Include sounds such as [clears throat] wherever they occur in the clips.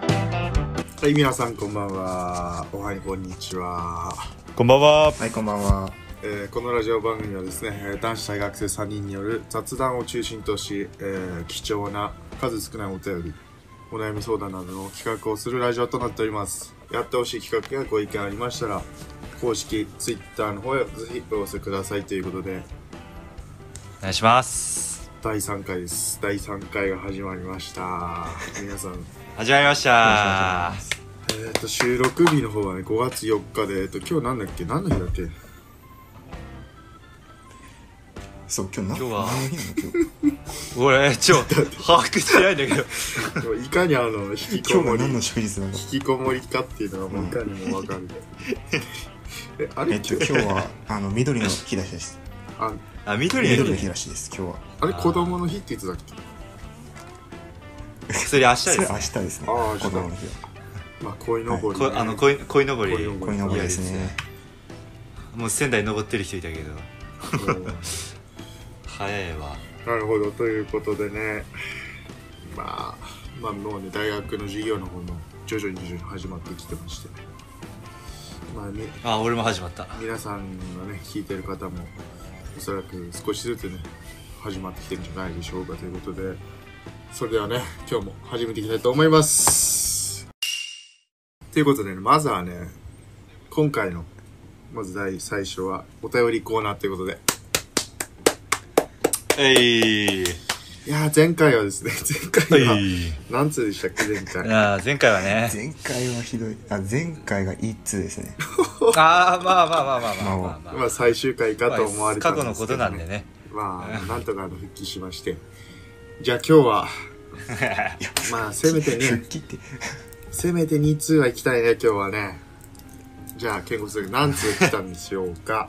はい、皆さんこんばんは。おはにこんにちは。こんばんは。はい、こんばんは。えーこのラジオ番組はですね、えー男子大学生3人による雑談を中心とし、えー貴重な数少ないお便り、お悩み相談などの企画をするラジオとなっております。やってほしい企画やご意見ありましたら、公式 Twitter の方へぜひお寄せくださいということで、お願いします。第3回です。第3回が始まりました。皆さん、始まりました。えっ、と、収録日の方はね、5月4日で、えっ、と、今日なんだっけ何の日だっけそう、今日な今日は何の日なの今日俺、ちょ、把握してないんだけど。でもいかにあの、引きこ今日もはり何、の祝日な引のきこもりかっていうのはもういかにもわかる。 [laughs] え、あれえっ今と、日今日 [laughs] は、あの、緑の日らしいです。ああ、緑の緑日の日ね。らしいです、今日は。あれ子供の日っていつだっけそれ明日でそすれ。明日ですね。あー明日子供の日は。まあ、鯉のぼりね、こあの、こい鯉のぼり。鯉のぼこいのぼりですいやいいでね。もう仙台登ってる人いたけど。うん早いわ。なるほど、ということでね。まあ、まあもうね、大学の授業の方も徐々に徐々に始まってきてまして。まあ、みあ、俺も始まった。皆さんがね、聞いてる方も、おそらく少しずつね、始まってきてるんじゃないでしょうかということで、それではね、今日も始めていきたいと思います。ということでね、まずはね、今回の、まず第最初は、お便りコーナーということで、えい。いやー、前回はですね、 [laughs] 前回は、い。何通でしたっけ、前回。あー前回はね。前回はひどい。あ、前回が一通ですね。あーまあまあまあまあまあまあまあまあ、最終回かと思われた過去のことなんね。でね。まあ、なんとか復帰しまして。じゃあ今日 [laughs] は、まあ、せめてね復、帰って。せめて2通は行きたいね、今日はね。じゃあ、健吾さん、何通来たんでしょうか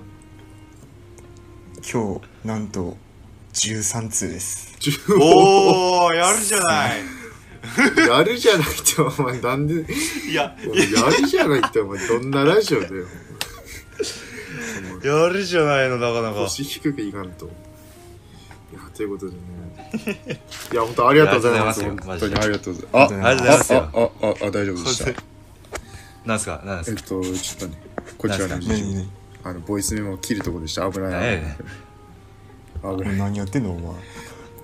今日、なんと、13通です。 ?10 おー、やるじゃない。やるじゃないって、お前、なんで、いや、お前やるじゃないって、お前、どんなラジオだよ。やるじゃないの、なかなか。腰低くいかんと。いや、ということでね。いや、本当ありがとうございます。ありがとうご本ざ当いにますありがとうございます。ありがとうございますよ。あ、あ、あ、あ、大丈夫でした。なんすか、なんえすっか。と、ちょっとね、こちらのなんすねえねあの、ボイスメモを切るとこでした。危ない。なんやねん危なえい。危ねなえい何やってんのお前。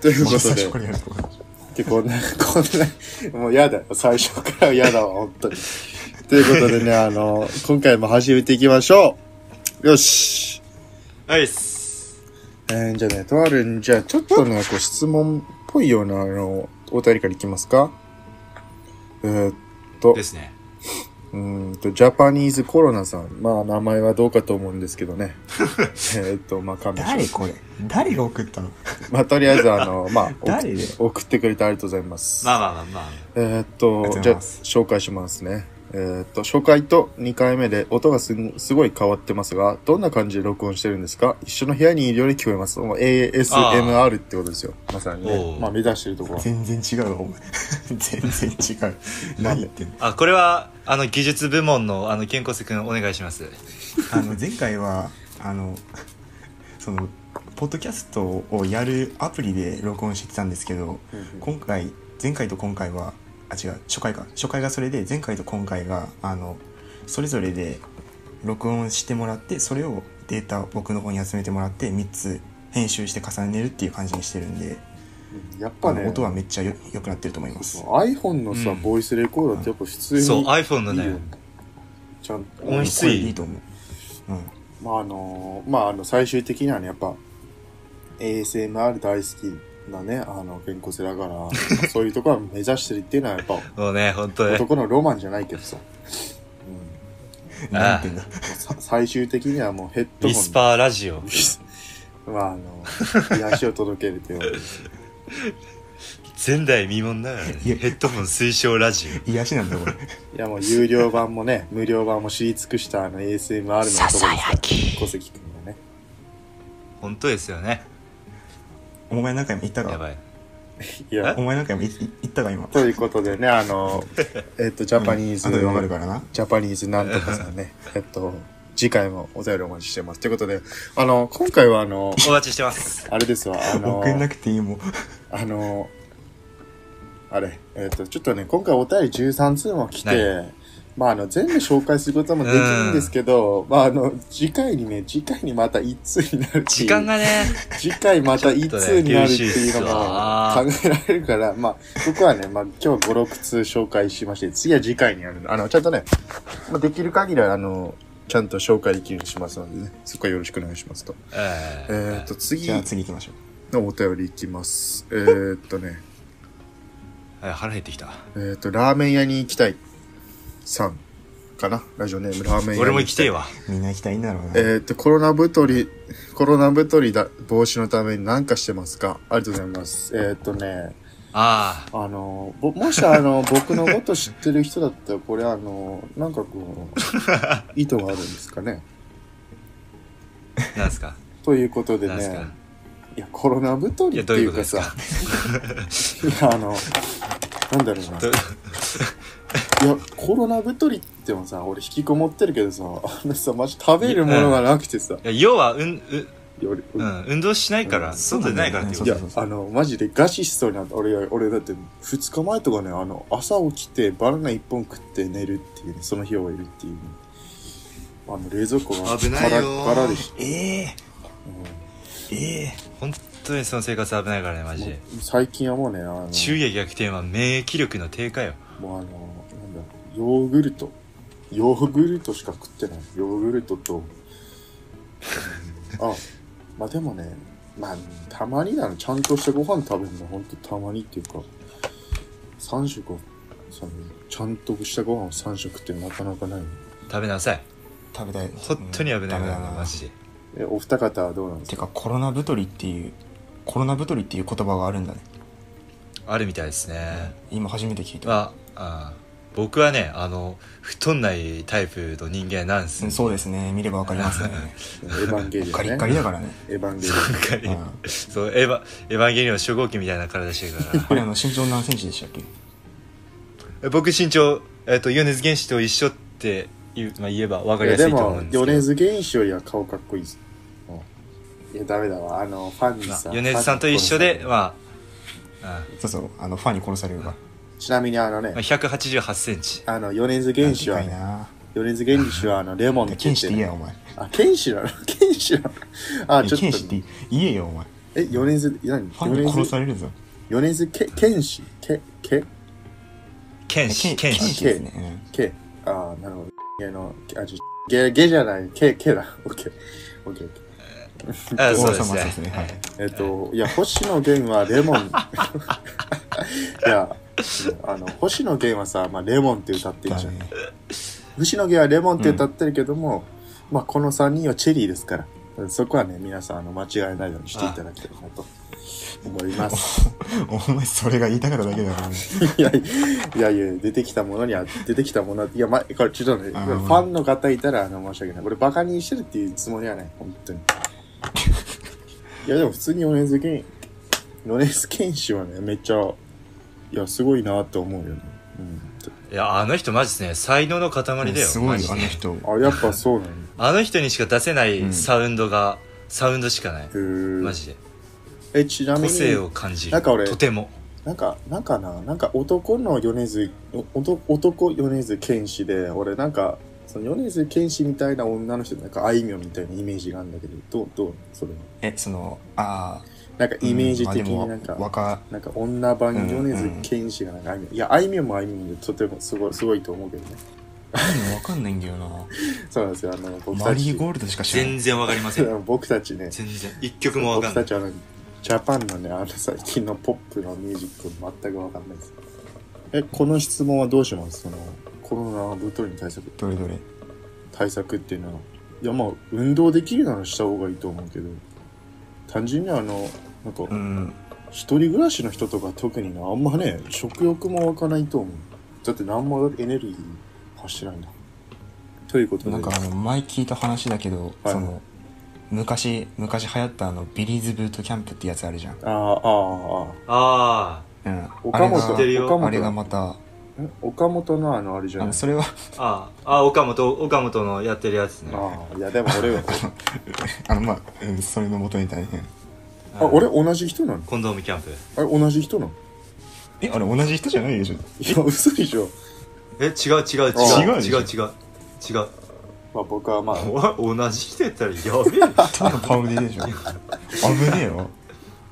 というこまと最で初か。らやるのか。で、こんな、 [laughs] こんな、もうやだよ。最初からやだわ、本当に。ということでね、あの、今回も始めていきましょう。よし。はいっす。えー、じゃあね、とあるん、じゃあちょっとね、こう質問っぽいような、あの、お便りからいきますか。えーっとで、すね。うーんと、ジャパニーズコロナさん。まあ、名前はどうかと思うんですけど [laughs] ね。えーっと、まあ、勘弁して誰これ誰が送ったのまあ、とりあえず、あの、 [laughs] まあ、送誰っで送ってくれてありがとうございます。まあまあまあまあ。えーっありがと、とうごじざゃいあ、ます紹介しますね。えーっと、初回と2回目で音がすんすごい変わってますが、どんな感じで録音してるんですか一緒の部屋にいるように聞こえます。もう ASMR ってことですよ。まさにおね。うまあ、目指してるとこは。全然違うわお前 [laughs] 全然違う何言ってんのあ、これは、あの、技術部門の、あの、健康瀬くん、お願いします。あの前回はあのそのポッドキャストをやるアプリで録音してきたんですけど今回前回と今回はあ違う初回か初回がそれで前回と今回があのそれぞれで録音してもらってそれをデータを僕の方に集めてもらって3つ編集して重ねるっていう感じにしてるんで、やっあぱのね、音はめっちゃよ良くなってると思います。 iPhone のさ、うんボイスレコーダーってやっぱ普通に。そう、iPhone のいいよねね、ちゃんと。音質いいいいと思う。うんまああのまああの最終的にはねやっぱ ASMR 大好きなねあの健康性だからそういうとこは目指してるっていうのはやっぱもうね、本当ね。男のロマンじゃないけどさ、うん、何言ってんだ。さ最終的にはもうヘッドウィホンスパーラジオ。ーまああの癒しを届けるという前代未聞だよね。いやヘッドホン推奨ラジ癒しなんだこれ。いやもう有料版もね無料版も知り尽くしたあの ASMR のところです小関君がねオ。本当ですよね。お前何回も言ったやか。ばい。いやお前何回も言ったか今。ということでねあ [laughs] のえっとジャパニーズ、あとでわかるからな。ジャパニーズなんとかさんね、 [laughs] えっと、次回もお便りお待ちしてます。ということで、あの、今回はあの、お待ちしてます。あれですわ、あの送、んなくていいもん。あの、あれ、えっと、ちょっとね、今回お便り13通も来て、まあ、あの、全部紹介することもできるんですけど、まあ、あの、次回にね、次回にまた一通になるっていう。時間がね、 [laughs] 次回また一通になるっていうのがちょっと考えられるから、まあ、僕はね、まあ、今日5、6通紹介しまして、次は次回にやるの。あの、ちゃんとね、まあ、できる限りは、あの、ちゃんと紹介できるようにしますのでね、そこはよろしくお願いしますと。ええー、っと、次じゃあ次行きましょうのお便りいきます。えー、っとね、ー、腹減ってきた。えー、っと、ラーメン屋に行きたいさんかな。ラジオネーム、ラーメン屋に俺も行きてえわ。みんな行きたいんだろうな、えーっと、コロナ太り、コロナ太りだ防止のために何かしてますかありがとうございます。えー、っとね、ああ、あの、ぼもしあ [laughs] の、僕のこと知ってる人だったら、これあの、なんかこ [laughs] う、意図があるんですかね。なんすかということでなんすかね、いや、コロナ太いりや、ってどういいううことでかすさか、いや、 [laughs] あの、なんだろうな。どいや、コロナ太りってもさ、俺引きこもってるけどさ、あのさ、マジ食べるものがなくてさ、いや要は、うん、う、俺うん、運動しないから、外でないからっていうこいとやそうそう、そうあの、マジで餓死しそうになった。俺、俺だって、二日前とかね、あの、朝起きて、バナナ一本食って寝るっていうね、その日を終えるっていうね、あの、冷蔵庫が危ないよーガラガラでしええええ本当にその生活危ないからね、マジで。うん最近はもうね、あの、昼夜逆転は免疫力の低下よ。もうあの、なんだ、ヨーグルト。ヨーグルトしか食ってない。ヨーグルトと、 [laughs] うんあ、まあでもね、まあ、たまにだね、ちゃんとしたご飯食べるの、ほんとたまにっていうか、3食を、その、ちゃんとしたご飯を3食ってなかなかない。食べなさい。食べたい本当に危ないうんかダメらだね、マジで。え、お二方はどうなんです [laughs] てかかコロナ太りっていうコロナ太りっていう言葉があるんだねあるみたいですね。今初めて聞いた、まあ、あー僕はね、あの、太んないタイプの人間なんですうんよ。そうですね見ればわかりますねエヴァンゲリガリオッンガリね。だからね、エヴァンゲリなんうかん、そう、エヴァ、エヴァンゲリオン初号機みたいな体してるから。あ [laughs] れあの身長何センチでしたっけえ僕身長、えっと、米津玄師と一緒って言う、まあ、言えば分オかン。いや、りやすでいと思もうん、ですけど。米津玄師よりは顔かっこいいです。うんいや、ダメだわ。あの、ファンにさ。まあ米津さんと一緒で、まあ、そうそうあのファンに殺されるわちなみにあのね、 188センチ。あの、米津玄師は、でかいな米津玄師はあの、レモンっでて剣士てって言えよお前あ、剣士なの [laughs] 剣士なのあ、ちょっと剣士って言えよお前え、米津、何ファンに殺米さ津、れるぞ米津け剣士け、け、剣士、剣剣士。士ですねけ、あー、なるほど。ゲの、あ、ちょ、ゲ、ゲじゃない、け、けだ。 [laughs] オッケー。オッケーオッケー。あうんそう王で様そうですすね。ねはいえっと、いや、星野源はレモ [laughs] ン。いや、あの、星野源はさ、まあ、レモンって歌ってるだじゃん。ね牛の毛はレモンって歌ってるけども、まあこの3人はチェリーですからそこはね皆さんあの間違えないようにしていただければと思います [laughs] お [laughs] 前それが言いたかっただけだからねいやいやいや出てきたものには出てきたものはいや、ま、これちょっとねフあーァンの方いたらあの申し訳ないこれバカにしてるっていうつもりはない本当にいやでも普通に米津玄米津玄師はねめっちゃいやすごいなと思うよね、いや、あの人マジでね、才能の塊だよ。すごマいジよあでの人うん、あやっぱそうなの、あの人にしか出せなういんサウンドが、サウンドしかない。へーマジで。えちなみ個に性を感じなる。んか俺とても。なんか、なんかな、なんか男の米津、おと男米津玄師で、俺なんか、その米津玄師みたいな女の人、なんかあいみょんみたいなイメージがあるんだけど、どう、どう、それは。えそのあなんかあイメージ的になんか、若なんか女版うん米津玄師がなんかあいみょん。いや、あいみょんもあいみょんでとてもすごい、すごいと思うけどね。わかんないんだよなそうなんですよ、あの、僕マたリーち。ゴールドしか知らない全然わかりません。僕たちね、全然。一曲もわか僕んなたい。ちあの、ジャパンのね、あの最近のポップのミュージック全くわかんないです。え、この質問はどうしますその、コロナ太りに対策。どれどれ対策っていうのは、いやまあ、運動できるならした方がいいと思うけど、単純にあの、なんかう、ん一人暮らしの人とか特にな、あんまね、食欲も湧かないと思う。だって何もエネルギー発してないんだ。ということで、なんかあの前聞いた話だけど、はいその昔昔流行ったあのビリーズブートキャンプってやつあるじゃん、ああ、ああ、ああ。あうん、あ岡れ本、知ってるよ岡が本あれがまたん岡本のあの、あれじゃあないの。それはあ、ああ、ああ、岡本、岡本のやってるやつね。ああ、 [laughs] いやでも俺は、 [laughs] あのまあ、うん、それの元に大変あ、俺同じ人なのコンドームキャンプ。あれ同じ人なのえあれ同じ人じゃないでしょいや、嘘でしょ。え違う違う違う違うでし違ょう違う違うまあ僕はまあ、お [laughs] 同じ人やったらやべえよただパウデで [laughs] しょ危ねえよ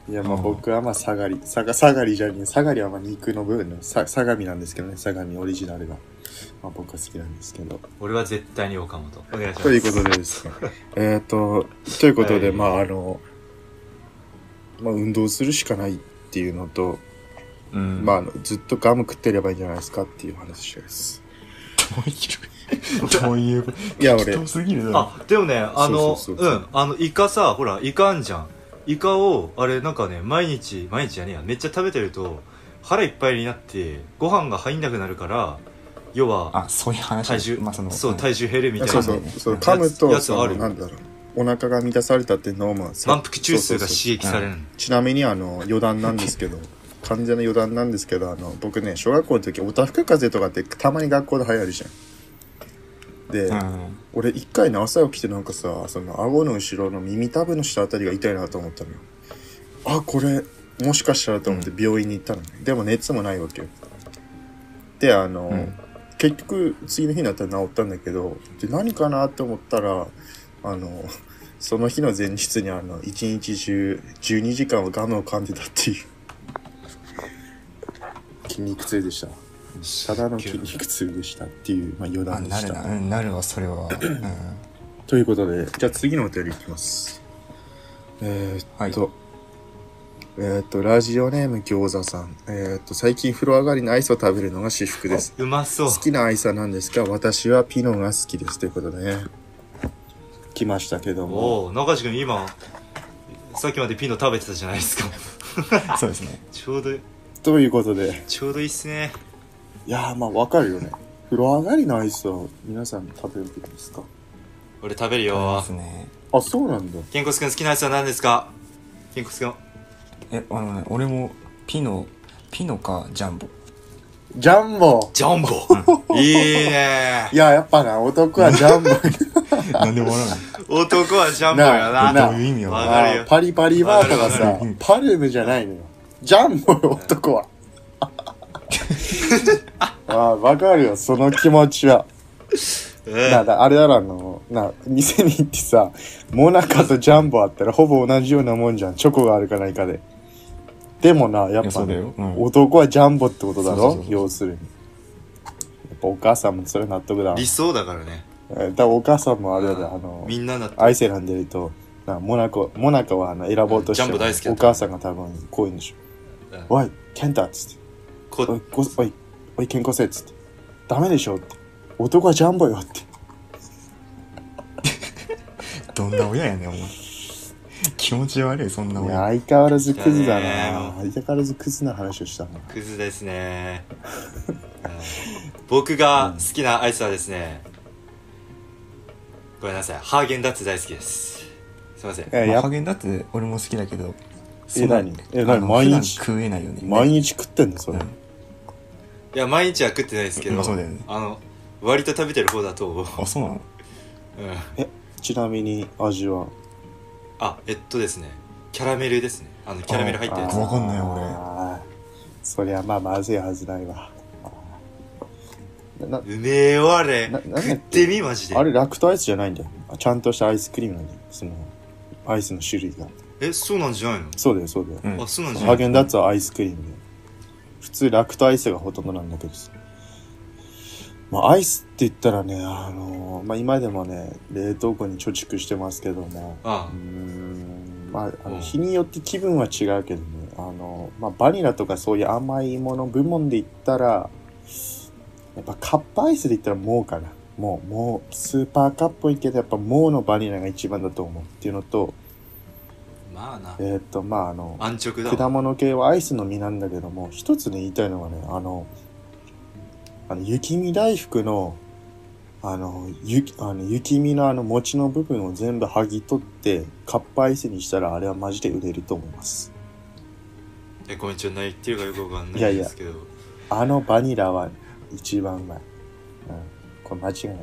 いやまあ僕はまあ下がり、下が下がりじゃねえ、下がりはまあ肉の部分のさ相模なんですけどね、相模オリジナルが。まあ僕は好きなんですけど。俺は絶対に岡本お願いしますということでですね。 [laughs] えっと、ということで、はいまああの、まあ運動するしかないっていうのと、うんまああのずっとガム食ってればいいんじゃないですかっていう話です。どういうこといや俺適、当すぎるだろあでもねあのそうそうそうそううんあのイカさほらイカあんじゃんイカをあれなんかね毎日毎日じゃねえやめっちゃ食べてると腹いっぱいになってご飯が入んなくなるから要はあそういう話体重、まあそのそううん体重減るみたいそなうそうね、そう噛むとやつそのあるよなんだろう。お腹が満たされたっていうのもさ満腹中枢が刺激されるのちなみにあの余談なんですけど完全な余談なんですけどあの僕ね小学校の時おたふく風邪とかってたまに学校で流行るじゃんで、うん俺一回の朝起きてなんかさその顎の後ろの耳たぶの下あたりが痛いなと思ったのよあこれもしかしたらと思って病院に行ったのね、でも熱もないわけよであの、うん結局次の日になったら治ったんだけどで何かなって思ったらあのその日の前日にあの一日中12時間はガムを噛んでたっていう筋肉痛でしたただの筋肉痛でしたっていう、まあ、余あ談でなしるたなうんなるわそ [clears throat] れは、うん、ということで、じゃあ次のお便りいきます。えー、っと、えー、っと、ラジオネーム餃子さん。えー、っと、最近風呂上がりのアイスを食べるのが至福です。うまそう好きなアイスは何ですか私はピノが好きです。ということでね。来ましたけども。おお中地君今さっきまでピノ食べてたじゃないですかそうですね [laughs] ちょうどということで、ちょうどいいっすねいやーまあわかるよね。風呂上がりのアイスを皆さん食べるべきですか俺食べるそうよですねあ、そうなんだ。健康君好きなやつは何ですか健康君えあのね俺もピノピノかジャンボジャンボジャンボいいねいや、やっぱな、男はジャンボ。なんで笑うの男はジャンボやななどういう意味よわかるあよパリパリバーとかわさかるわ、パルムじゃないのよ。ジャンボよ、男 [laughs] は。ああ、わかるよ、その気持ちは。えなだ、あれだろ、あの、な、店に行ってさ、モナカとジャンボあったらほぼ同じようなもんじゃん。チョコがあるかないかで。でもな、やっいやぱそうだね、ようん男はジャンボってことだそうそうろそうそう要するに。やっぱお母さんもそれ納得だ。理想だからねえーだからお母さんもあれだよ、あの、みんなだってアイス選んでるとなモナコモナカはあの選ぼうとしてもジャンボ大好きだお母さんが多分こう言うんでしょう「んおいケンタ」っつって「おこいごおいおい健康せえ」っつって「ダメでしょ」って「男はジャンボよ」ってどんな親やねんお前気持ち悪いそんない親や相変わらずクズだいやねな相変わらずクズな話をしたなクズですねうん僕が好きなアイスはですねごめんなさいハーゲンダッツ大好きですすいませんえまあやっハーゲンダッツ俺も好きだけどえ何えあ何の毎普段日食えないよね毎日食ってんのそれ、うんいや毎日は食ってないですけまどあそうだよねあの割と食べてる方だと、あそうなのうん、ちなみに味はあえっとですねキャラメルですねあのキャラメル入ったやつあわかんない俺あーそりゃまあまずいはずないわあーななうめえわあれななんだっけ食ってみマジであれラクトアイスじゃないんだよあちゃんとしたアイスクリームなんだよそのアイスの種類がえそうなんじゃないのそうだよそうだよ、うんあそうなんじゃハなーいゲンダッツはアイスクリームで普通ラクトアイスがほとんどなんだけどさまあアイスって言ったらねあのーまあ今でもね冷凍庫に貯蓄してますけどもあうーんまああうのん日によって気分は違うけどねあの、まあ、バニラとかそういう甘いもの部門で言ったらやっぱカップアイスで言ったらもうかなもうもうスーパーカップいいけどやっぱもうのバニラが一番だと思うっていうのとまあなえーっとまああの安直だわ果物系はアイスの実なんだけども一つね言いたいのはねあのあの雪見大福のあの雪あの雪見のあの餅の部分を全部剥ぎ取ってカップアイスにしたらあれはマジで売れると思いますえごめんちょっと何言ってるかよくわかんいなやいいでやすけどあのバニラは一番うまい、うん、これ間違いない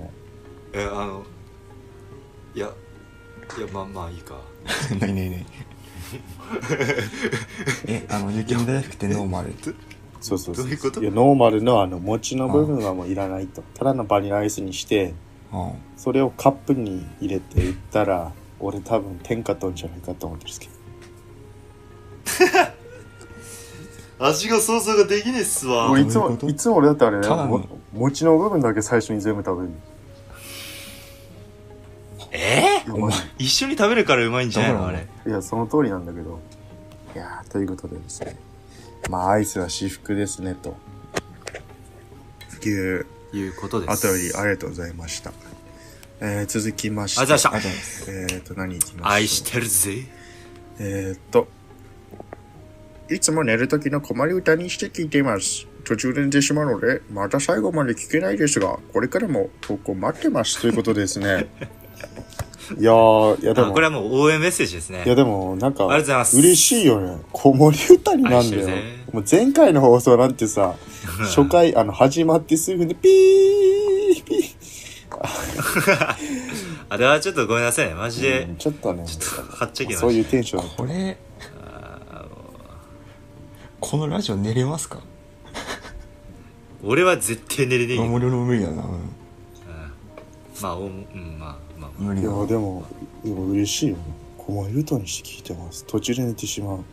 えあのいやいやまあまあいいか [laughs] [laughs] ないないないえあの雪見大福ってノーマルそうそうそうどういうことやノーマルのあの餅の部分はもういらないとただのバニラアイスにしてあそれをカップに入れて売ったら俺多分天下取るんじゃないかと思ってるんですけど味が想像ができねえっすわもういつどうもいうこといつも俺だってあれだただよのも餅の部分だけ最初に全部食べるえうまい一緒に食べるからうまいんじゃないのあれいや、その通りなんだけど。いやー、ということでですね。まあ、アイスは至福ですね、と。普及、いうことであすたりありがとうございました。えー、続きまして。ありがとうございました。えーと、何いきましょう愛してるぜえーっと、いつも寝る時の困り歌にして聞いています。途中で寝てしまうので、また最後まで聞けないですが、これからも投稿待ってます。ということです [laughs] ね。いやー、いやであもこれ、はもう応援メッセージですねいやでも、なんか、ありがとうございます嬉しいよね。子守歌になんだ愛してるよぜ。もう前回の放送なんて [laughs] さ、初回、あの、始まってすぐにピーピーあれはちょっとごめんなさいねマジで、うんちょっとね、ちょっとはっちゃけましたそういうテンション。これこのラジオ寝れますか俺は絶対寝れねえあよ、うん俺も無理だな、うんまあおうんまあまあ無理いだや、でも、でも嬉しいよね。子守歌にして聞いてます。途中で寝てしまう。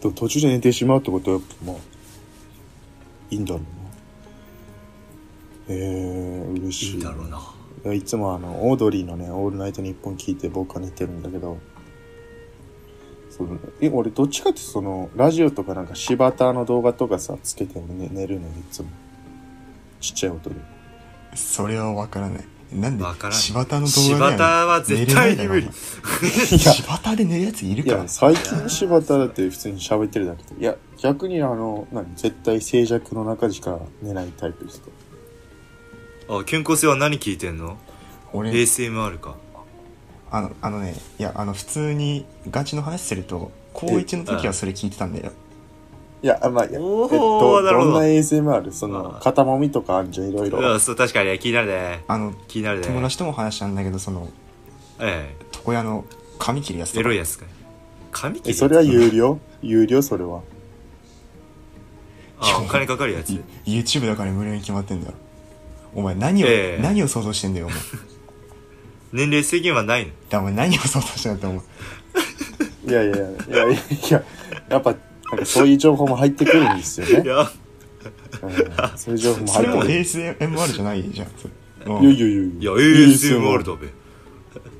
でも途中で寝てしまうってことは、やっぱまあ、いいんだろうな。えー、嬉いしいい。んだろうないやいつもあのオードリーのね「オールナイトニッポン」聞いて僕は寝てるんだけどそのえ俺どっちかってそのラジオとかなんか柴田の動画とかさつけて、ね、寝るのよいつもちっちゃい音でそれは分からないなんでわからない柴田の動画柴田は絶対に無理柴田で寝るやついるいかや最近柴田だって普通に喋ってるだけでいや逆にあの何絶対静寂の中しか寝ないタイプですと [laughs] あ健康性は何聞いてんの俺 ASMR かあのあのねいやあの普通にガチの話すると高1の時はそれ聞いてたんだよいやあまあいやえっおとどーんなるほどな ASMR そのあー肩もみとかあんじゃんいろいろうんそう確かに気になるねあの気になるね友達とも話したんだけどそのえ床屋の髪切るやつえエとロかいやつか髪切えるそれは有料有料それはあお金かかるやつ YouTube だから無料に決まってんだろお前何を、ええ何を想像してんだよお前年齢制限はないのだお前何を想像してんだって思ういやいやいやいやいや、やっぱ、なんかそういう情報も入ってくるんですよいね。やうんそういう情報もそれ入っもてくる。 ASMR じゃないじゃんそれいやうんいやいやいや ASMR だべ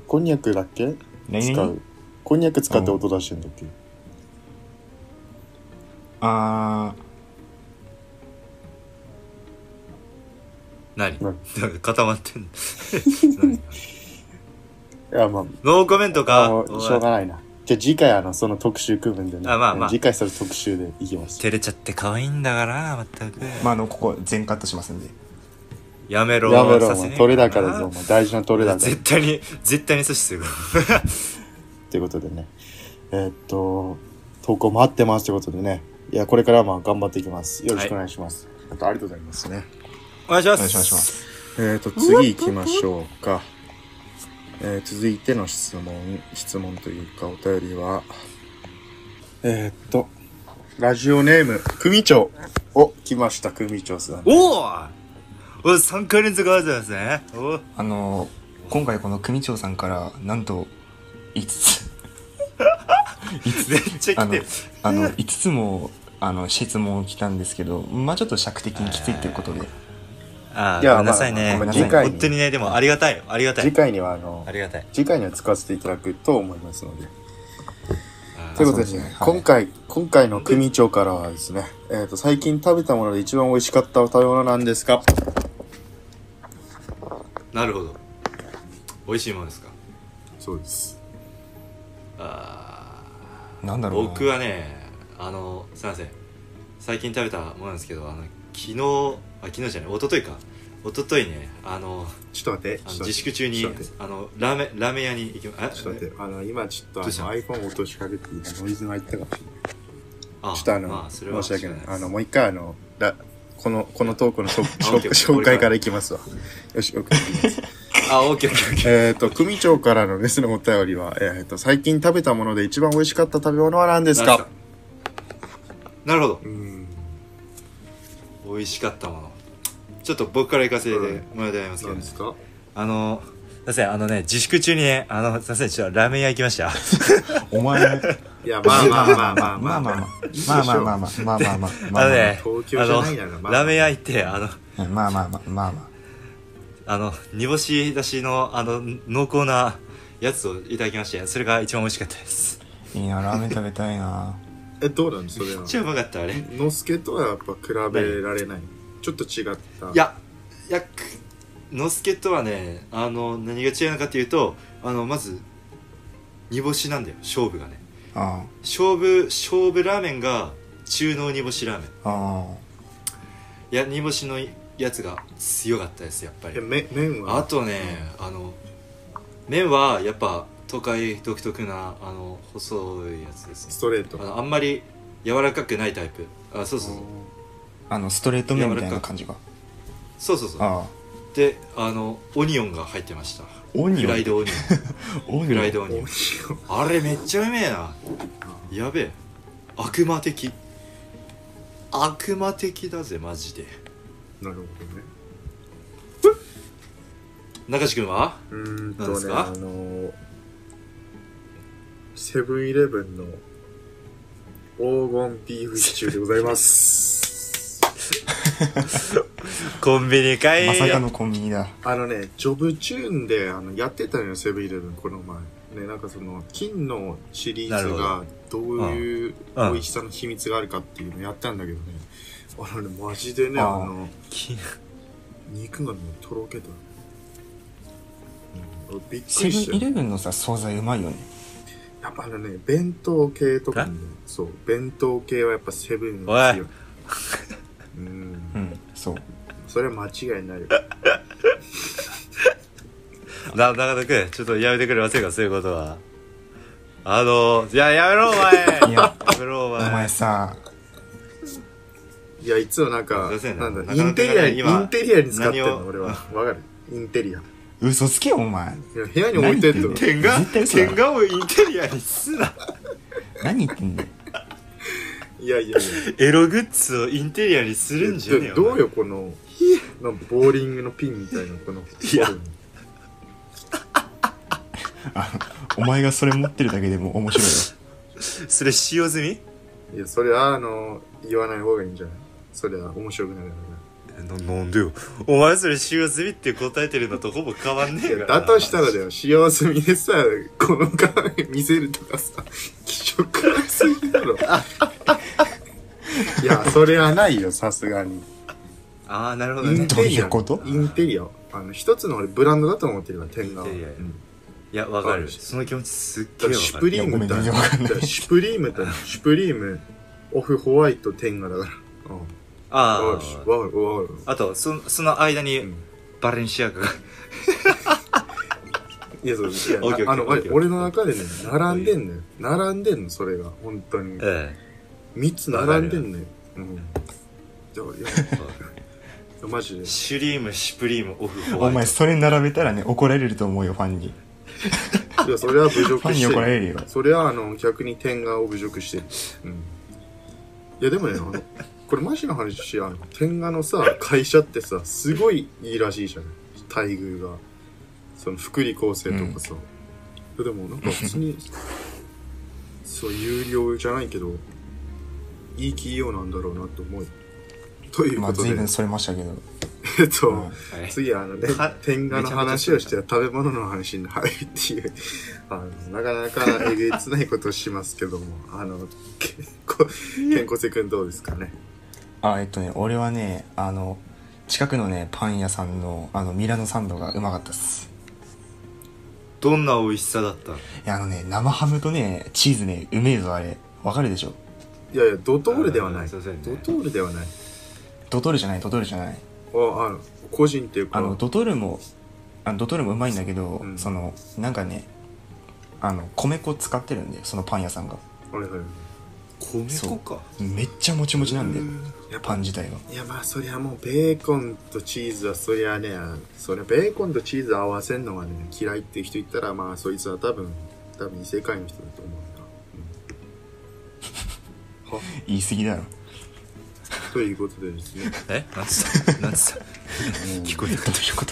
こんにゃくだっけ何使々う。こんにゃく使って音出してんだっけあ何何固まってんの何いや、まノーコメントあ、かあの、しょうがないな。じゃあ次回あの、その特集組むんでね。あまあまあ次回それ特集でいきます。照れちゃって可愛いんだからまったくーまああのここ全カットしますんでやめろやめろ、さおせね前。え取れ高だぞ、おな前。大事な取れ高。絶対に絶対に阻止する [laughs] ということでね。えーっと、投稿待ってますということでね。いや、これからも頑張っていきます。よろしくお願いします。あとありがとうございますね。お願いしまお願いしますすえー、と、次行きましょうか。えー続いての質問、質問というかお便りは、えー、と、ラジオネーム、組長。お、来ました、組長さん。おーお3回連続ありがとうございますねおーあの今回この組長さんからなんと5つめっちゃあ来てのるあの5つもあの質問来たんですけどまあちょっと尺的にきついっていうことであいーやごめんなさいまあねまごあめんなさい次回に本当にねでもありがたいよありがた次い回には、あのあ、りがたい次回には使わせていただくと思いますので。あーということでですそうでね、すねはい今回、今回の組長からはですね、えー、と、最近食べたもので一番美味しかった食べ物なんですかなるほど美味しいものですかそうです。あなんだーろうな僕はねあのすいません最近食べたものなんですけどあの昨日あ昨日じゃない一昨日か一昨日ねあのちょっと待って。あのちょっと待自って粛中にちょっと待ってあのラーメンラーメン屋に行きまあちょっと待って。あの、今ちょっとあどうしたの iPhone 落としかけて、ノイズが入ったかもしれない。あちょっとあの、まあそれは申し訳ない。ですあの、もう一回あの、らこの、このトークの紹オッケー紹介からいきますわ。よし、よく。あオッケーオッケーオッケーえっと、組長からのですね、お便りは、えっ、と、最近食べたもので一番美味しかった食べ物は何ですかなるほどうーん。美味しかったものちょっと僕から行かせてもらいたいますけど、何ですかあのすいませんあのね自粛中にねあのすいませんちょっとラーメン屋行きましたお前いや、まあまあまあまあままああまあまあ。まあまあまあまあまあまあまあまあまあまあまあのね東京じゃないならあのまあラーメン屋行ってあのあまあまあまあまあまあの煮干しだしのあの濃厚なやつをいただきましてそれが一番美味しかったですあいいなラーメン食べたいな [laughs] え、どうなのそれめはっ。ちゃうまかったあれいのすけとはやっぱ比べられない。ちょっと違った。、やいやくのすけとはねあの何が違うのかというとあのまず煮干しなんだよ勝負がねあ勝負勝負ラーメンが中濃煮干しラーメンああいや煮干しのやつが強かったですやっぱりえ、め麺はあとね、あの麺はやっぱ東海独特なあの細いやつですねストレーあト。のあんまり柔らかくないタイプあそうそうそうあのストレート麺みたいな感じがそうそうそうああであのオニオンが入ってましたオニフオラインドオニオオンニフオラインドオニオンおあれめっちゃうめえなやべえ悪魔的悪魔的だぜマジで [laughs] なるほどね。中地君はうーん何でとすね、かあの、セブンイレブンの黄金ビーフシチューでござい [laughs] ます。コンビニかいまさかのコンビニだあのね、ジョブチューンであのやってたのよ、セブンイレブン、この前。ね、なんかその、金のシリーズがどういう美味しさの秘密があるかっていうのやったんだけどね。あのね、マジでね、あああの、き肉がね、とろけた。うんびっくセりブンしたイレよ。ブンのさ惣菜うまいよねやっぱあのね、弁当系とかね、そう、弁当系はやっぱセブンが強い。う、うんんそうそれは間違いないよ。な中田君ちょっとやめてくれませんかそういうことはあのいややめろお前いややめろおお前前さいや、いつもなんか、すいませんねなんだ、なイかなンかテねリアに、イ今ンテリアに使ってん何の、を俺は。わかるインテリア。嘘つけよおい前や部屋に置いてん何言っの。て天が絶対そうだ天がをインテリアにすな何言ってんだよいやいやいエログッズをインテリアにするんじゃねえや。よどうよ、この、なんかボーリングのピンみたいな、この。いやお前がそれ持ってるだけでも面白いよそれ使用済みいや、それは、あの、言わない方がいいんじゃないそれは面白くなるかななんでよお前それ使用済みって答えてるのとほぼ変わんねらえかいや、だらとしたらだよ、使用済みでさ、この画面見せるとかさ、気色悪すぎだろ。いや、それはないよ、さすがに。ああなるほどイねンテリどういア。うことインテリア。あの、一つの俺ブランドだと思ってるから、天が。インテリアようんいやわかるその気持ちすっだかげえらわシュかプるリームいやごめん全然わかんなだいからシュプリームだ [laughs] よシュプリーム、オフホワイト、天下だから。うん。わあかるしあわかるわかるあとそその間うにんバレンシアガがいや、そう、 [laughs] オッケーオッケいーや、あの、オッケー俺の中でね、並んでんのよ。並んでんの、それが。本当に。え三つ並んでんのよ。うん。じゃあ、いや、マジでえ。シュリームシュプリームオフホワおイト前それ並べたらね怒られると思うよファンにいや、それは侮ファ辱ンにして怒らる。れるよそれは、あの、逆に天下を侮辱してる。うん。いや、でもね、あ [laughs] の、これマジの話、あの、天下のさ、会社ってさ、すごいいいらしいじゃない待遇が。その、福利厚生とかさ。いやでも、なんか別に、そう、有料じゃないけど、いい企業なんだろうなと思う。というまこあと随で分、それましたけどえっと、うんはい次はあのねは、天下の話をしては食べ物の話に入るっていう、 [laughs] あの、なかなかえげつないことをしますけども、あの、健康、健康瀬くんどうですかね。あえっとね俺はねあの近くのねパン屋さんのあのミラノサンドがうまかったっすどんな美味しさだったのいやあのね生ハムとねチーズねうめえぞあれわかるでしょいやいや、ドトールではなあい。ーすいドませんねトールではない。ドトールじゃないドトールじゃなあ、いあの、個人っていうか、あのドトールもあのドトールもうまいんだけど、うんそのなんかねあの米粉使ってるんでそのパン屋さんがはいはい米そ粉うかめっちゃもちもちなんでやっぱパン自体がいやまあそりゃもうベーコンとチーズはそりゃねそりゃベーコンとチーズ合わせるのがね嫌いっていう人いたらまあそいつは多分多分異世界の人だと思うな、うん言い過ぎだろということでです [laughs] ねえなんつった [laughs] なんつった聞こえなかったいうこと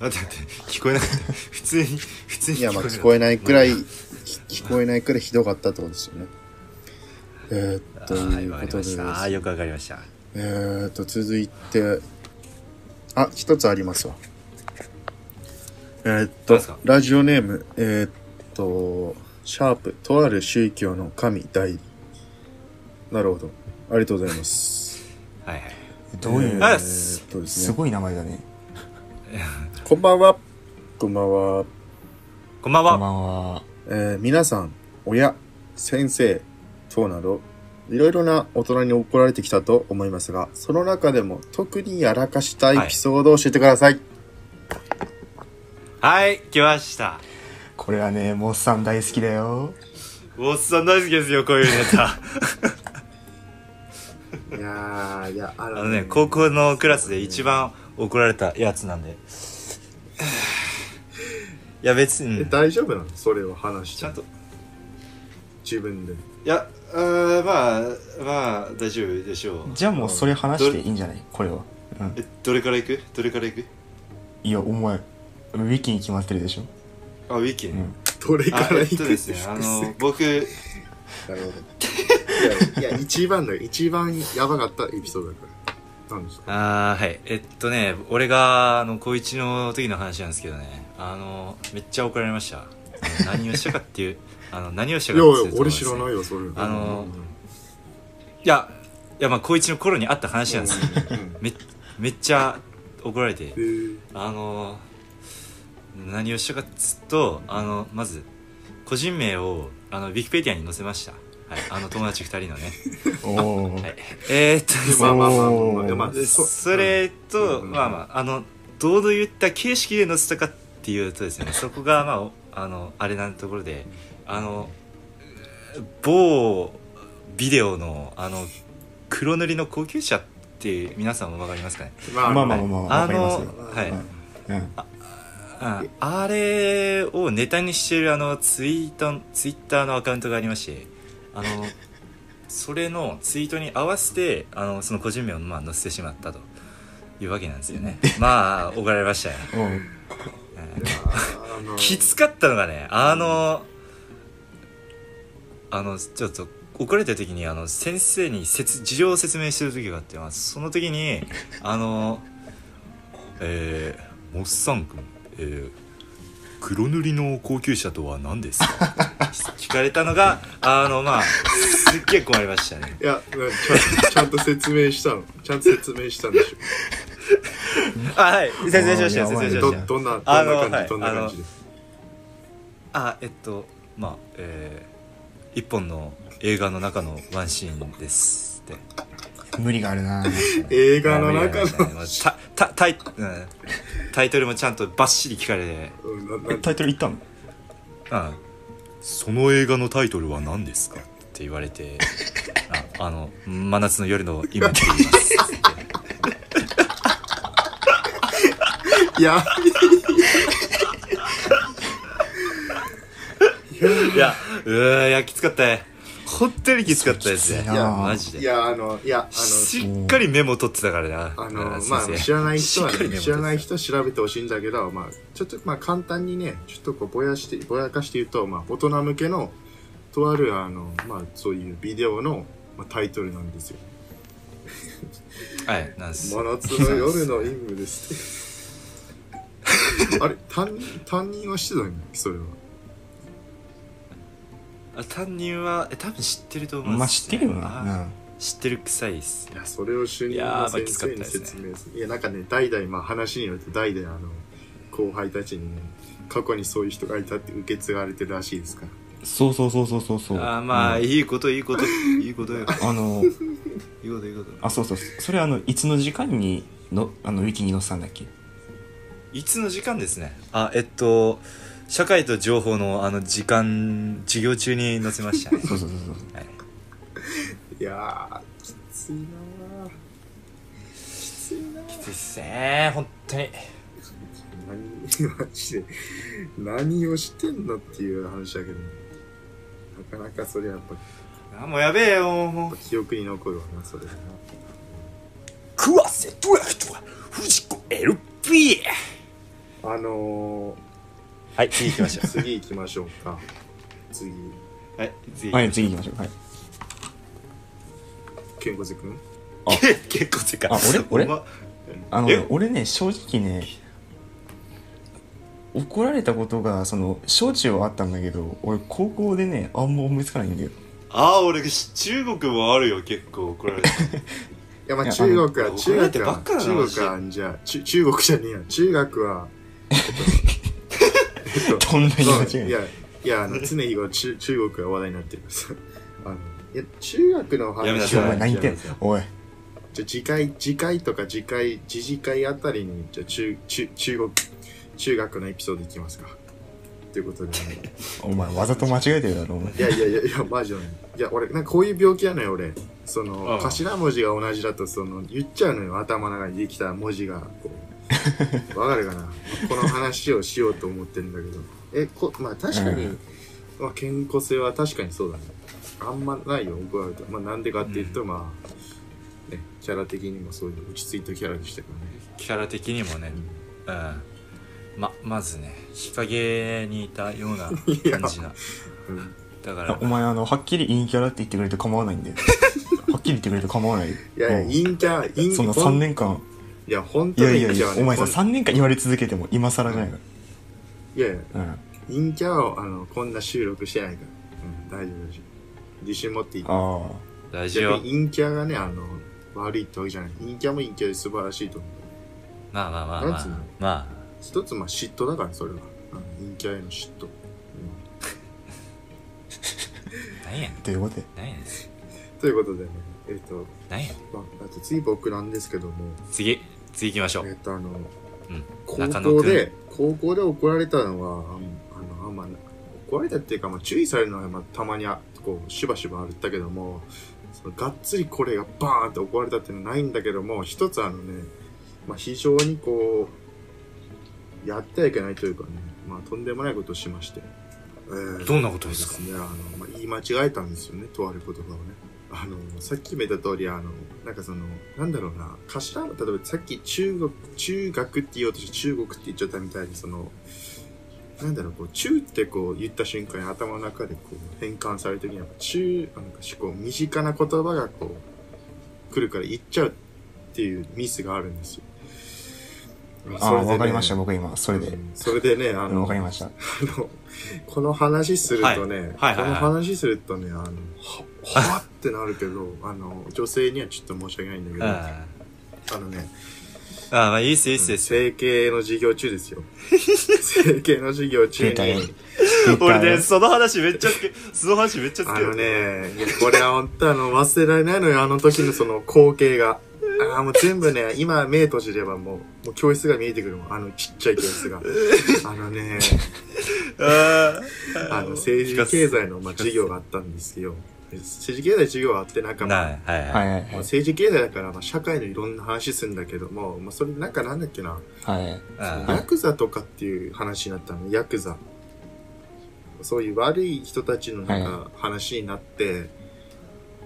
あ [laughs] 待って待って聞こえなかった普通に普通にい [laughs] や、まあ聞こえないくらい、うん聞こえないくらいひどかったってことですよね。えー、っと、はいい、うわこかりとまでしす。た。あーよくわかりました。えー、っと、続いて、あ、一つありますわ。えー、っとどうですか、ラジオネーム、えー、っと、シャープ、とある宗教の神代理。なるほど。ありがとうございます。はいはい。どういう、あえーっとですすね。ごい名前だねこんばんは。こんばんは。こんばんこんばは。んはえー皆さん、親、先生等など、いろいろな大人に怒られてきたと思いますが、その中でも特にやらかしたエピソードを教えてください。はい、来ました。これはねモッさん大好きだよおっさん大好きですよ、こういうネタ。いやーいやああのね、高校のクラスで一番怒られたやつなんで。いや、別に、えうん大丈夫なのそれを話してちゃんと。自分でいや、あーまあ、まあ、大丈夫でしょう。じゃあもうそれ話していいんじゃないこれは、うん、え、どれから行くどれから行くいやお前ウィキに決まってる [laughs] でしょあ、ウィキね。うんどれかあ、らえ行っとくですね、あの、 [laughs] 僕、なるほどいやいや一番だよ一番やばかったエピソードだからなんですかあーはいえっとね俺があの高一の時の話なんですけどねあのめっちゃ怒られました何をしたかっていうあの何をしたいかやっていうやと俺知らないいよそれあのーうんいやいやまあ高一の頃にあった話なんですけどうんうんめめっちゃ怒られてえーあの何をしたかっつうとあのまず個人名をあのウィキペディアに載せましたはいあの友達2人のね [laughs] おお、はいえー、っとですねまあまあまあまあおまあーまあでそれと、うんまあまああのどうど言った形式で載せたかっていう [laughs] とですねそこがまあおあのあれなところであの某ビデオのあの黒塗りの高級車って皆さんもわかりますかねままあまあままあまああわかりますのよ、はいうんうん、ああれをネタにしてるあのツイートツイッターのアカウントがありましてあのそれのツイートに合わせてあのその個人名をまあ載せてしまったというわけなんですよねまあ怒られましたよおうあのきつかったのがねあのあのちょっと怒られた時にあの先生に説事情を説明してる時があって、まあ、その時に [laughs] あのえー、モッサン君、えー、黒塗りの高級車とは何です [laughs] か聞かれたのがあのまあすっげえ困りましたねいやちゃんちゃんと説明したのちゃんと説明したんでしあはい説明しましたおー説明しょどどましたんなどんなあの感はいじどんな感じであえっとまあえー、一本の映画の中のワンシーンですって無理があ [laughs] るな映画の中いや無理だねもうたたタイうんタイトルもちゃんとバッシリ聞かれて、のなえなタイトル言ったのうん、その映画のタイトルは何ですかって言われてああの「真夏の夜の今」って言いますいや [laughs] いやうーいやきつかったね本当にきつかったですねそうきついなマジいでやあのいやあのしっかりメモ取ってたからなあうのん先まあ生知らない人はしっかりねメモ取ってた知らない人は調べてほしいんだけどまあちょっとまあ簡単にねちょっとこうぼやしてぼやかして言うとまあ大人向けのとあるあのまあそういうビデオのまあタイトルなんですよ。はいなんです真夏の夜の陰夢です。あれ担任担任はしてたんやそれは。あ担任はえ多分知ってると思うんまあです知っねてるよな、知ってる臭いっすいやそれを主任の先生に説明するいや,、なんかね代々まあ話によって代々あの後輩たちにね過去にそういう人がいたって受け継がれてるらしいですからうん、そうそうそうそうそうそうあーまあ、うんいいこといいこといいことよあのいいこといいことあそうそうそれあのいつの時間にのあのウィキに載せたんだっけいつの時間ですねあえっと社会と情報のあの時間授業中に載せましたねそうそうそうそうはいいやーきついなーきついなー [laughs] きついっすね本当に何マジで [laughs] 何をしてんのっていう話だけどなかなかそれやっぱあもうやべえよもう記憶に残るわなそれな桑瀬ドラフトは藤子 LP あのはい次行きましょー、次行きましょうか次う [laughs] はい次はい、次行きましょう。はい。健吾瀬くん結構せかあ俺俺お前あのえ、俺ね、正直ね、怒られたことが、その、小中はあったんだけど、俺、高校でね、あんま思いつかないんだよ。ああ俺し中国もあるよ結構怒られたいやまいあや中国あはの中怒られて学ばはっかだな中国はじゃあち中国じゃねえや中学はえっとどんな言い間そう違いいやいやあの常日頃中 [laughs] 中国が話題になってるから [laughs] あのいや中学のやめな話さいお前は何言ってんのおい。じゃあ次回次回とか次回次次回あたりにじゃあ中中中国中学のエピソードいきますかということで、お前、わざと間違えてるだろ、お前い。やいやいやいやマジでいや俺なんかこういう病気やのよ俺そのうん頭文字が同じだとその言っちゃうのよ頭の中にできた文字がこ [laughs] うわかるかなこの話をしようと思ってるんだけどえこまあ確かに、うんまあ、健康性は確かにそうだねあんまないよ怒られたまあなんでかっていうと、まあねキャラ的にもそういう落ち着いたキャラでしたからねキャラ的にもねうんままずね日陰にいたよ [laughs] うな感じなうんだかいやらお前、あの、はっきり陰キャラって言ってくれて構わない [laughs] んだよ。はっきり言ってくれて構わない。いやもういや陰キャ陰そんなほ3ん年間、いや本い当やにいや陰いキャはや、ねお前さ、ほん3年間言われ続けても、今更じゃないかいやいやら。うん。陰キャはあのこんな収録してないから、うん、大丈夫大丈夫自信持っていいあ大事逆よに陰キャがねあの悪いってわけじゃない陰キャも陰キャで素晴らしいと思うまあまあまあなまんつうあのま一つまあ嫉妬だからそれは、うん、陰キャへの嫉妬、あなんやねあ、ということで。んなんやねんうんということでねえっ、と、なんやねんまあ、あと次僕なんですけども次次行きましょえっ、う、とあのうん、高中野校くんで高校で怒られたのはあんあのあんま怒られたっていうか、まあ、注意されるのは、まあ、たまにあこうしばしばあったけどもそのがっつりこれがバーンって怒られたっていうのはないんだけども一つあのね、まあ、非常にこうやってはいけないというかね、まあ、とんでもないことをしまして、えーどんなことですかねあの、まあ、言い間違えたんですよねとある言葉をねあのさっきも言った通りあのなんかそのなんだろうな頭例えばさっき中国中学って言おうとして中国って言っちゃったみたいにそのなんだろうこう中ってこう言った瞬間に頭の中でこう変換される時には中なんかこう身近な言葉がこう来るから言っちゃうっていうミスがあるんですよ。ああ、わかりました、そ僕今、それれででね,う。ん、それでねあうんわのかりました。あの、この話するとね、はいはいはいはいこの話するとね、あの、は、 [laughs] はってなるけど、あの、女性にはちょっと申し訳ないんだけうんど、ああのね、あまあいいっすいいっすいいっす整形の授業中ですよ。 [laughs] 整形の授業中出たよに、。俺ね出その話めっちゃ好きその話めっちゃ好あきよのね、いやこれは本当あの、忘れられないのよ、あの時のその光景が。ああ、もう全部ね、今目閉じればもう、もう教室が見えてくるもん、あのちっちゃい教室が。あの [laughs] ね、ああの、政治経済の、まあ、授業があったんですよ。政治経済授業があって、なんあか、ないはいたはいよはいまあ政治経済だから、まあ、社会のいろんな話するんだけども、まあ、それでなんかなんだっけな、はいはい。うんヤクザとかっていう話になったの、ヤクザ。そういう悪い人たちのなんか話になって、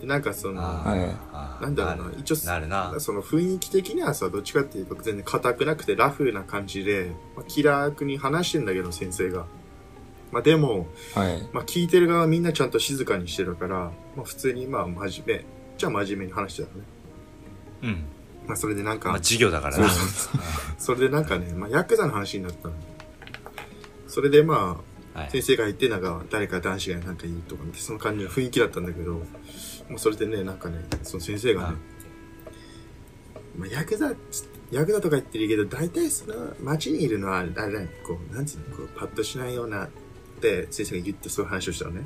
でなんかその、はいああなんだろうなる一応なるなその雰囲気的にはさ、どっちかっていうと全然硬くなくてラフな感じで、まあ、気楽に話してんだけど、先生が。まあでも、はい。まあ、聞いてる側はみんなちゃんと静かにしてるから、まあ、普通にまあ真面目じゃあ真面目に話してたのね、うんまあ、それでなんか、まあ授業だからなそう [laughs] それでなんかね、まあ、ヤクザの話になったのそれでまはあい先生が言ってなんか誰か男子がなんか言うとかってその感じの雰囲気だったんだけどもうそれでねなんかねその先生がね、まあ、ヤクザっつってヤクザとか言ってるけど大体その街にいるのはあれだねこうなんつうのこうパッとしないようなって先生が言ってそういう話をしたのね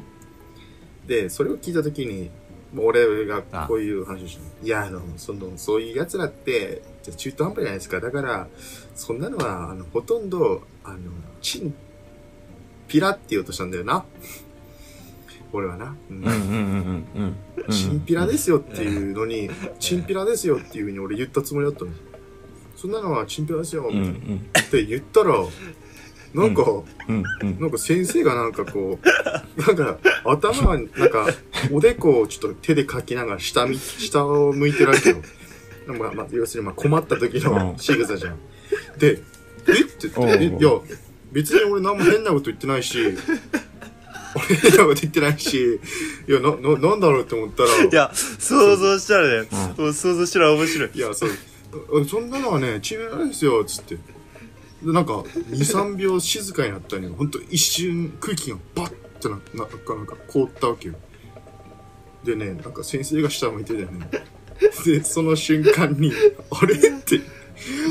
でそれを聞いた時にもう俺がこういう話をしたのいやあのそのそういう奴らってじゃあ中途半端じゃないですかだからそんなのはあのほとんどあのチンピラって言おうとしたんだよな俺はな、うんうんうんうんうんうんうん。チンピラですよっていうのに、チンピラですよっていうふうに俺言ったつもりだったの。そんなのはチンピラですようんうんって言ったら、なんか、うんうん。なんか先生がなんかこう、なんか、頭は、なんか、おでこをちょっと手でかきながら下見、下を向いてるわけよ。まあ、まあ、要するに、まあ、困った時うのん仕草じゃん。で、えっておう言って、えいや、別に俺何も変なこと言ってないし、俺変なこと言ってないし、いや、な、な、なんだろうって思ったら、いや、想像したらね、もう想像したら面白い。いや、そう、あそんなのはね、チームないですよ、つって。でなんか、2、3秒静かになったのに、ほんと一瞬空気がバッてな、ななんか、なんか凍ったわけよ。でね、なんか先生が下向いてたよね。で、その瞬間に、あれって、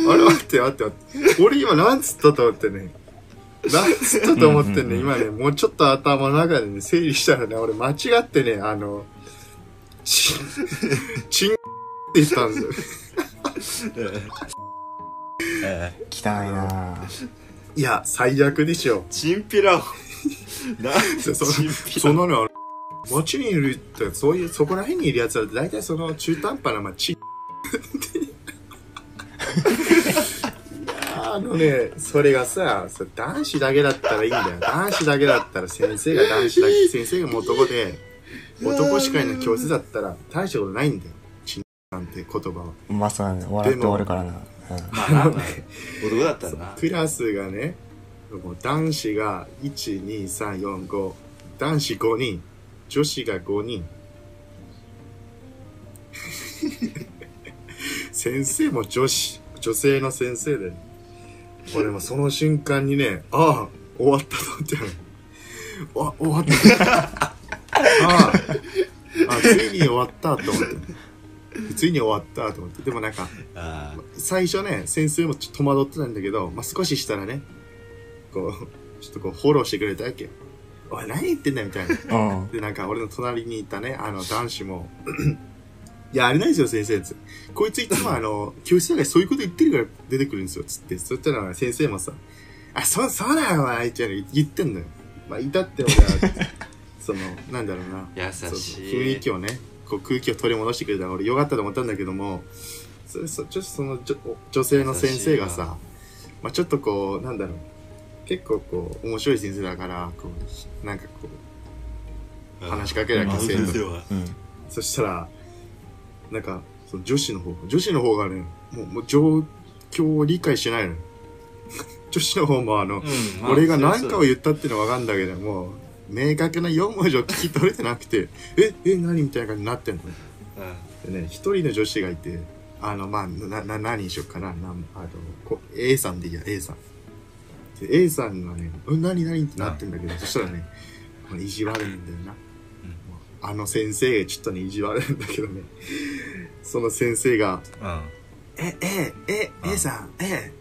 あれ待って待って待って。俺今なんつったと思ってね。なんつったと思ってね、今ね、もうちょっと頭の中でね、整理したらね、俺間違ってね、あの、ち、ちんって言ったんですよ。ええ汚いなぁいや、最悪でしょ。チン [laughs] ピラを、な、 [laughs] そそチンピそラ。のね、あの街にいるって、そういう、そこら辺にいるやつらって、大体その中途半端な、まあ、ち、あのね、それがさ、それ男子だけだったらいいんだよ。男子だけだったら、先生が男子だけ、先生が男で、男しかいない教室だったら、大したことないんだよ。ちなんて言葉は。まあそうだね笑って終わるからな、うんまあな、まあ男だったらな。クラスがね、もう男子が1、2、3、4、5、男子5人、女子が5人。先生も女子、女性の先生で、俺もその瞬間にね、ああ、終わったと思ってあ、終わった。ああ、あ、ついに終わったと思って。ついに終わったと思って。でもなんか、あ最初ね、先生もちょっと戸惑ってたんだけど、まあ、少ししたらね、こう、ちょっとこう、フォローしてくれたわけよ。おい、何言ってんだよみたいな。うんで、なんか俺の隣にいたね、あの、男子も、いや、あれないですよ、先生。つってこいついつもあの、教室の中でそういうこと言ってるから出てくるんですよ、つって。そしたら先生もさ、あ、そ、そうだよ、お前、って言ってんのよ。まあ、いたって俺は、その、なんだろうな。あ、優そうしい。雰囲気をねこう空気を取り戻してくれたら俺よかったと思ったんだけどもそそちょっとそのじょ女性の先生が優しいなさ、まあ、ちょっとこうなんだろう結構こう面白い先生だからこうなんかこう話しかけなきゃせんの先生は。うんそしたらなんかその女子の方女子の方がねもうもう状況を理解してないのよ [laughs] 女子の方もあの、うんまあ俺が何かをう。言ったっていうのは分かんだけども明確な4文字を聞き取れてなくて「ええ何?」みたいな感じになってんのうんでね一人の女子がいてあのまあなな何にしよっかななんあのこ A さんでいいや A さんで A さんがね「うん何何?」ってなってんだけどそしたらねこれ意地悪いんだよな、あの先生ちょっとね意地悪いんだけどねその先生がうん。え、え、え、うん A さん、え、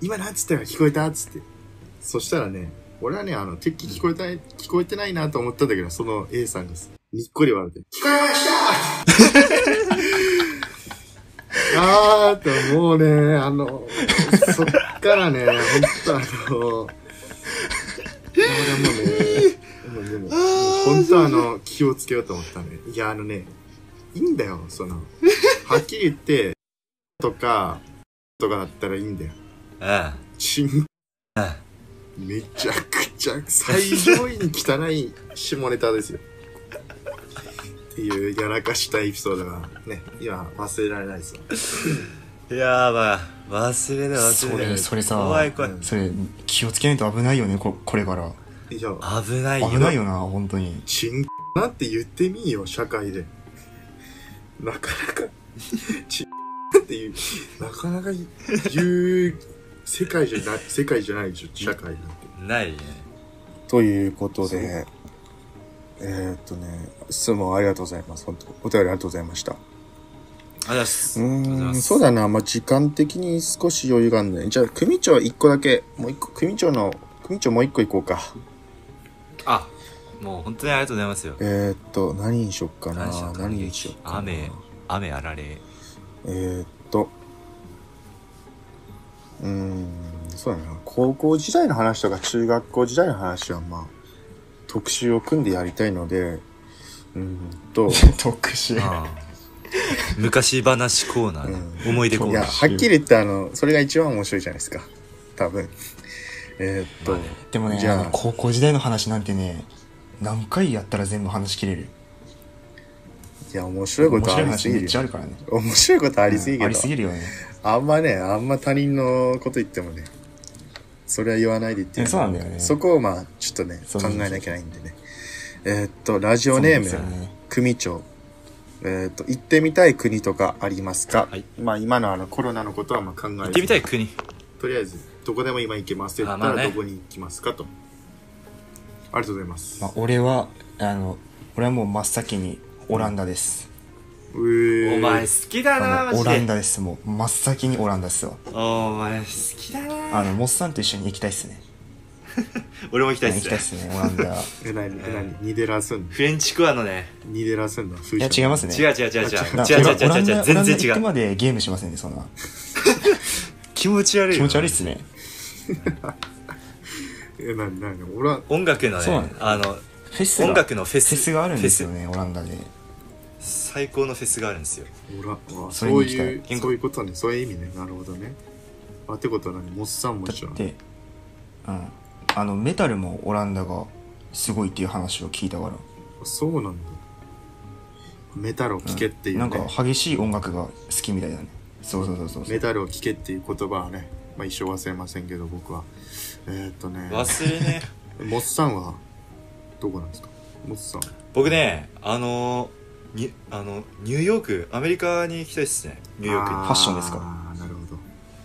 今なんつったか聞こえたつって。そしたらね、俺はね、あの、てっきり聞こえたい、聞こえてないなと思ったんだけど、その A さんがさにっこり笑って、聞こえました [laughs] あーって、もうね、あの、そっからね、 [laughs] ほんとあの、俺もうね、もうでも、もうほんとあの、気をつけようと思ったね。いや、あのね、いいんだよ、その、はっきり言って、とか、とかだったらいいんだよ。あチン、あ。めちゃくちゃ、最上位に汚い下ネタですよ。っていうやらかしたエピソードがね、今忘れられないですよ。いやーまあ、忘れない忘それない。れそれさ怖い怖い。うんそれ気をつけないと危ないよねここれから以上、危ないよ。危ないよな本当にチン、なんて言ってみーよ、社会で。なかなか、チン、っていう、なかなか言う、世界じゃない、世界じゃないでしょ、社会なんて。ないね。ということで、えーっとね、質問ありがとうございます。本当お便りありがとうございました。ありがとうございます。うありがとうございーまん、すそうだな。まあ、時間的に少し余裕があるね。じゃあ、組長一個だけ、もう一個、組長の、組長もう一個行こうか。あ、もう本当にありがとうございますよ。えーっと、何にしよっかな。感謝感何にしよ激っかな。雨、雨あられ。えーっと、うーん、そうだな。高校時代の話とか中学校時代の話は、まあ、特集を組んでやりたいので、うーん [laughs] と、特殊ああ [laughs] 昔話コーナーね、思い出コーいナや、ー。はっきり言って、あの、それが一番面白いじゃないですか。多分。えーっと、まあねでもねじゃああの高校時代の話なんてね何回やったら全部話し切れるいや、面白いこ面と白あいりす話ぎめるっちゃあよ。るからね面白いことありすぎうんあるりすけぎど。るよねあんまね、あんま他人のこと言ってもね、それは言わないでっていう。えそうなんだよねそこをまあ、ちょっとね、そ考うそうそうえなきゃいけないんでね。えーっと、ラジオネーそうなんですよムね、組長。えーっと、行ってみたい国とかありますかはいまあ、今のあの、コロナのことはまあ考え行ずってみたい国とりあえずどこでも今行けますって言ったあまあらねどこに行きますかとありがとうございます、まあ、俺はあの俺はもう真っ先にオランダです、うーお前好きだなあのオランダダですもう真っ先にオランダですわお前好きだなあのモッさんと一緒に行きたいっすね俺も行きたいっ行すきたいねっすねオランダえなにえなにニデラすんのフレンチクワのねニデラすんのいいや違いますね違う違う違う違う違う違うな違う違う違うオランダ全然オランダ行違くうまでゲームしませんねそんな気持ち悪い気持ち悪いっすすねえなになに俺は音楽のそうなねんだあのフェスが音楽のフェスフェスがあるんですよねオランダでフェス最高のフェスがあるんですよ俺はあそそれにう行きたいいうそういうことねそういう意味ねなるほどねあってことは何モスさんもだ一緒なっのてうんあのメタルもオランダがすごいっていう話を聞いたからそうなんだメタルを聴けっていうなんね、か激しい音楽が好きみたいだねそうそうそうそうそうメタルを聴けっていう言葉はね、まあ、一生忘れませんけど僕はえー、っとね忘れねえモスさんはどこなんですかモスさん僕ねあのにあのニューヨークアメリカに行きたいっすねニューヨークにあファッションですかあーなるほどい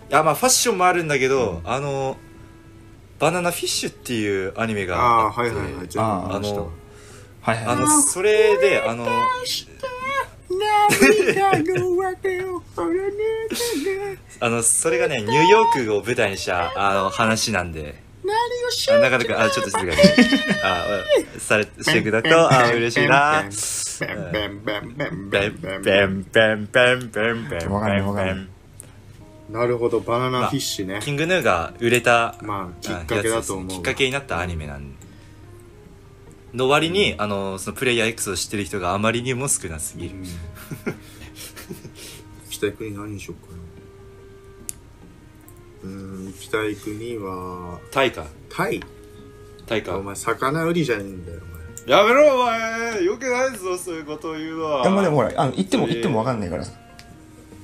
やまあファッションもあるんだけど、あのバナナフィッシュっていうアニメがあああってはいはいはい全部あー見ましたあのはいはいあのそれであのあのそれがねニューヨークを舞台にしたあの話なんであなかなかあちょっと静かにあされしていくだとあ嬉しいなベンベンベンベンベンベベンンベベンンベンベンベンベンわかんないわかんベないンなるほどバナナフィッシュねキングヌーが売れたまあきっかけだと思うわやつですねきっかけになったアニメなんの割に、あのそのプレイヤー X を知ってる人があまりにも少なすぎる、うん [laughs] 行きたい国何にしようかなうーん行きたい国はタイかタイタイかお前魚売りじゃねえんだよおやめろお前よくないぞそういうことを言うのはいやまあでもほらあの行ってもえー行ってもわかんないからあ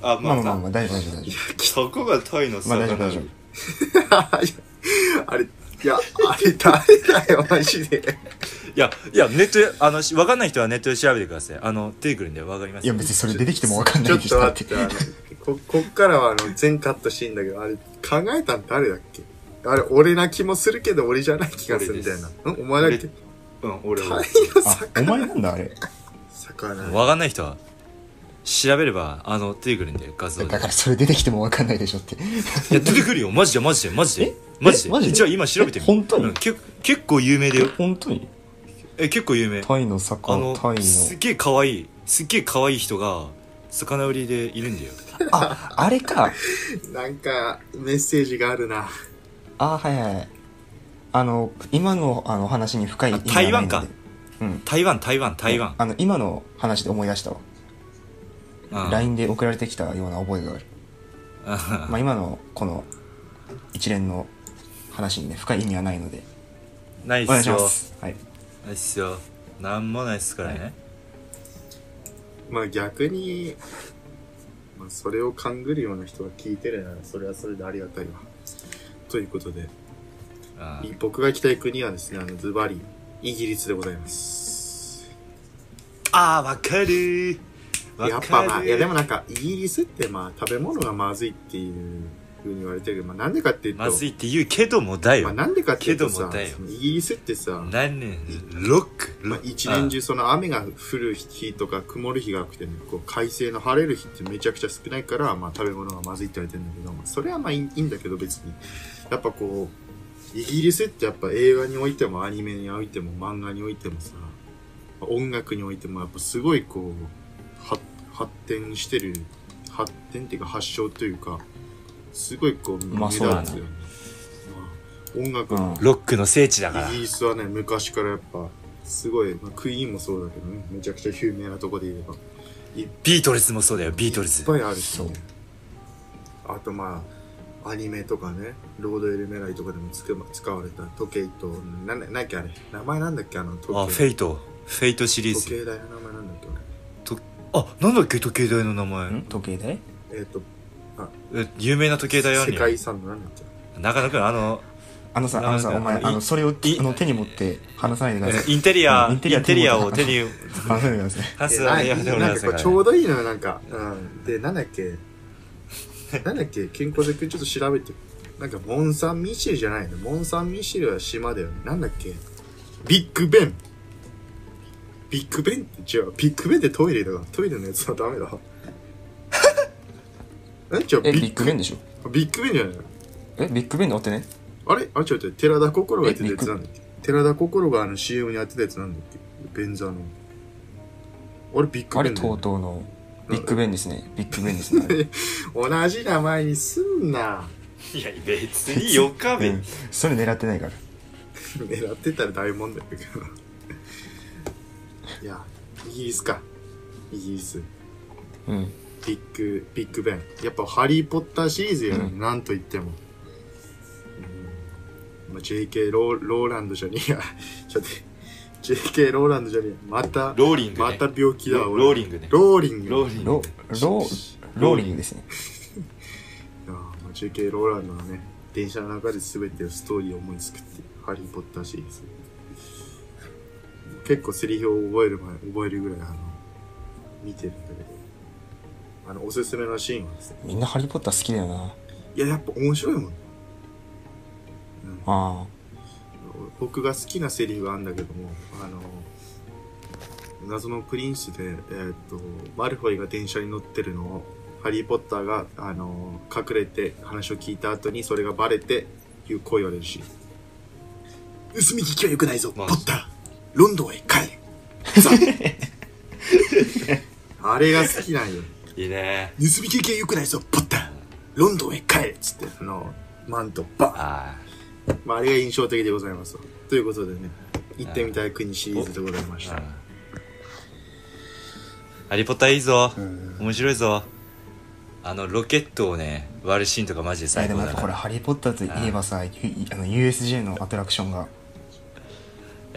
ままああままああ、まあまあ大丈夫大丈夫大丈そこがタイの夫ま魚あ大丈夫大丈夫前 [laughs] あれいやあれ誰だよマジでいやいやネットであのしわかんない人はネットで調べてくださいあの出てくるんでわかりますいや別にそれ出てきてもわかんちなょいっでしとょだっ待てって、あの、こ、こっからはあの、全カットしていいんだけど、あれ、考えたん誰だっけあれ、俺な気もするけど、俺じゃない気がするみたいな。んお前だっけうん俺はタイの魚、あお前なんだあれ魚。わかんない人は調べればあの出てくるんで画像でだからそれ出てきてもわかんないでしょっていや出てくるよマジでマジでマジでマジでえマジで一応今調べてみえ本当にうんけ結構有名だよ本当にえ結構有名タイのあ魚のタイのすっげえ可愛いすっげえ可愛い人が魚売りでいるんだよああれかなんか、メッセージがあるな。あはいはいはいあの今のあの話に深い意味はないので台湾かうん台湾台湾台湾あの今の話で思い出したわうん LINE で送られてきたような覚えがあるまあ今のこの一連の話にね深い意味はないので [laughs] ないおっ願いすしよますはいないっすよなんもないっすからねまあ逆に、まあそれを勘ぐるような人が聞いてるなら、それはそれでありがたいわ。ということで、うん僕が行きたい国はですね、あの、ズバリ、イギリスでございます。あーわかるーわやっかぱるまあ、いやでもなんか、イギリスってまあ、食べ物がまずいっていう風に言われてるけど、まあなんでかっていうと、まずいって言うけどもだまあよなんでかっていうとけどさもだよ、イギリスってさ、何年ロックロまあッ、ク一年中その雨が降る日とか曇る日がなくてね、こう快晴の晴れる日ってめちゃくちゃ少ないから、まあ食べ物がまずいって言われてるんだけど、まあそれはまあいいいいんだけど別に。やっぱこう、イギリスってやっぱ映画においてもアニメにおいても漫画においてもさ、まあ音楽においてもやっぱすごいこう、は発展してる、発展っていうか発祥というか、すごいこう、まあそうだねよね。まあ音楽のロックの聖地だからイギリスはね昔からやっぱすごい、まあ、クイーンもそうだけどねめちゃくちゃ有名なとこで言えばビートルズもそうだよビートルズいっぱいあるし、そうね、あとまあアニメとかね、ロードエルメライとかでもつく使われた時計と、な、な、なんだっけあれ、名前なんだっけあの時計。あフェイトフェイトシリー時ズ計台の名前なんだっけあなんだっけ時計台の名前ん時計台俺えっ、と、え有名な時計台ある世界よ遺産のなんだっけ中野くんあのあのさ、あのさ、なんかお前、いあの、それをいあの手に持って話さないでください。インテリアうんイインンテテリリアアを手に話さないでください。パスなでやってもらなんうかこうちょうどいいのよ、なんか。うん。で、なんだっけ、 [laughs] なんだっけ、健康で君ちょっと調べて。なんか、モンサン・ミシェルじゃないの。モンサン・ミシェルは島だよね。なんだっけビッグベン。ビッグベンって違う。ビッグベンってトイレだから。トイレのやつはダメだ。え違う、え、ビビッッグベンでしょグ、ビッグベンじゃないのえ、ビッグベンであってね。あれあ、違う違う。寺田心がやってたやつなんだっけ寺田心があの CM にやってたやつなんだっけベンザーの。あれ、ビッグあベれ、ンだとようねとうの、ビッグベンですね。ビッグベンですね。あれ [laughs] 同じ名前にすんな [laughs] いや別によかべうん。それ狙ってないから。狙ってたら大問題だけどいやイギリスかイギリスうん。ビッグビッグベンやっぱ「ハリー・ポッター」シリーズやね、うんなんといっても、うんまあ、JK ローローランドじゃねえやちょっと待って JK ローランドじゃねえやまたローリングねまた病気だわロ俺ローリングねローリングローリンログ、ロ、ローリングですね。いやーまあ JK ローランドはね電車の中で全てのストーリーを思いつくっていうハリー・ポッターシリーズ結構セリフを覚える前覚えるぐらいあの見てるんだけどあのおすすめのシーンはですねみんなハリーポッター好きだよな。いややっぱ面白いもんあ僕が好きなセリフがあるんだけどもあの謎のプリンスで、えーっとマルフォイが電車に乗ってるのをハリー・ポッターがあの隠れて話を聞いた後にそれがバレていう声を言われるし盗み聞きは良くないぞ、まあポッターロンドンへ帰れさ [laughs] ああれが好きなんよいいね盗み聞きは良くないぞポッターロンドンへ帰れっつってあのマントバーンあまあ、あれが印象的でございますわということでね行ってみたい国シリーズでございましあたハリポッターいいぞうん面白いぞあのロケットをね割るシーンとかマジであ。え、最で高もやだっかぱらほら、ハリーポッターといえばさ、ゆあの、USJ のアトラクションが。い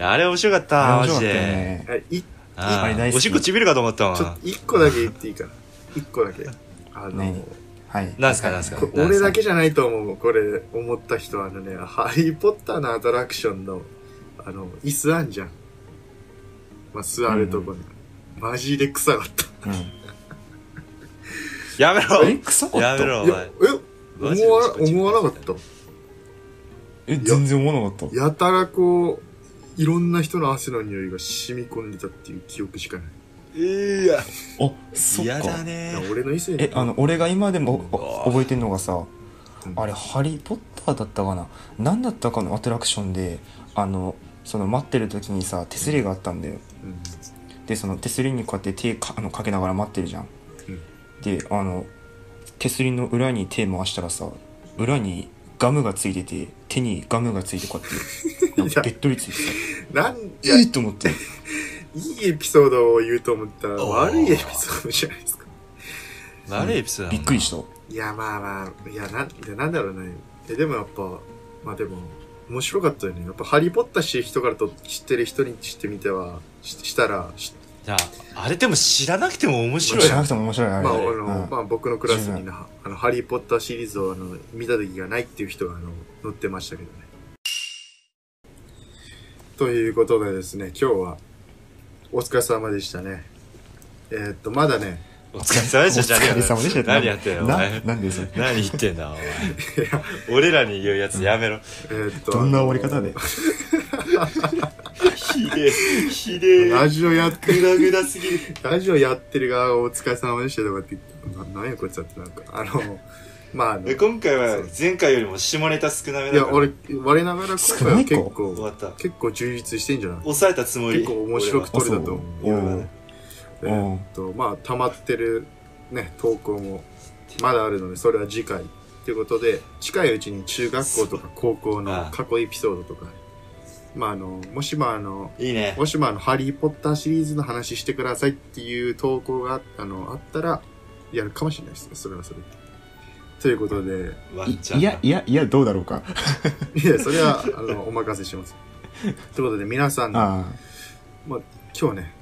やあれ面白かったマあれ面ジ白かったよでね。はいいちああれ大ー好きおしっこちびるかと思ったょっわと1個だけ言っていいかな1個だけあの、何はい。なんすかなんすかこ俺だけじゃないと思うこれ思った人はあのね「ハリー・ポッター」のアトラクションのあの椅子あんじゃん、まあ、座るとこに、マジで臭かったうん。やめろえ、臭かったやめろおいや前えマジで思わおしっこちびる思わなかったえ、全然思わなかった。やたらこういろんな人の汗の匂いが染み込んでたっていう記憶しかないいやあ、そっ嫌だか。いねや俺の椅子にえ、あの、俺が今でもお覚えてんのがさ、うんあれ、ハリー・ポッターだったかな何だったかのアトラクションで、あの、その待ってる時にさ、手すりがあったんだよ。うんで、その手すりにこうやって手かあのかけながら待ってるじゃん。うんで、あの、手すりの裏に手回したらさ、裏にガムがついてて、手にガムがついてこ [laughs] うやって、なんかべっとりついてなんさ、えっと思って。いいエピソードを言うと思ったらおー悪いエピソードじゃないですか。悪いエピソードだびもんっくりした。いや、まあまあ、いや、なんいやなんだろうね。え、でもやっぱ、まあでも、面白かったよね。やっぱ、ハリー・ポッター知る人からと、知ってる人に知ってみては、ししたら、しいやあれでも知らなくても面白い知らなくても面白い、あれ。まあ、あうの、んまあ僕のクラスにな、あの、ハリー・ポッターシリーズを、あの、見た時がないっていう人が、あの、載ってましたけどね。ということでですね、今日は、お疲れ様でしたね。えーっと、まだね、お疲れ様でしたじゃねえよお疲れ様でしたって何やってんのおな前なんでそれ何言ってんだお前俺らに言うやつやめろえーっと、どんな終わり方でひでえひでえラジオやってグダグダすぎるラジオやってる側がお疲れ様でしたとかって言って、ななんやこいつだってなんか、あの、 [laughs] まああの、えい今回は前回よりも下ネタ少なめだや、から俺、我ながら今回は結終わ構、った結構充実してんじゃない抑えたつもり結構面白く撮れたと思う。お俺はおえ俺はうんーっと、まあ、溜まってるね、投稿もまだあるので、それは次回。ということで、近いうちに中学校とか高校の過去エピソードとか、まああの、もしもあの、いいねもしもあの、ハリー・ポッターシリーズの話してくださいっていう投稿がああのあったら、やるかもしれないですね。それはそれで。ということで、ワいンちゃんいがやいやいやどうだろうかいや、それは、あの、お任せします。ということで、皆さん、今あ日はね、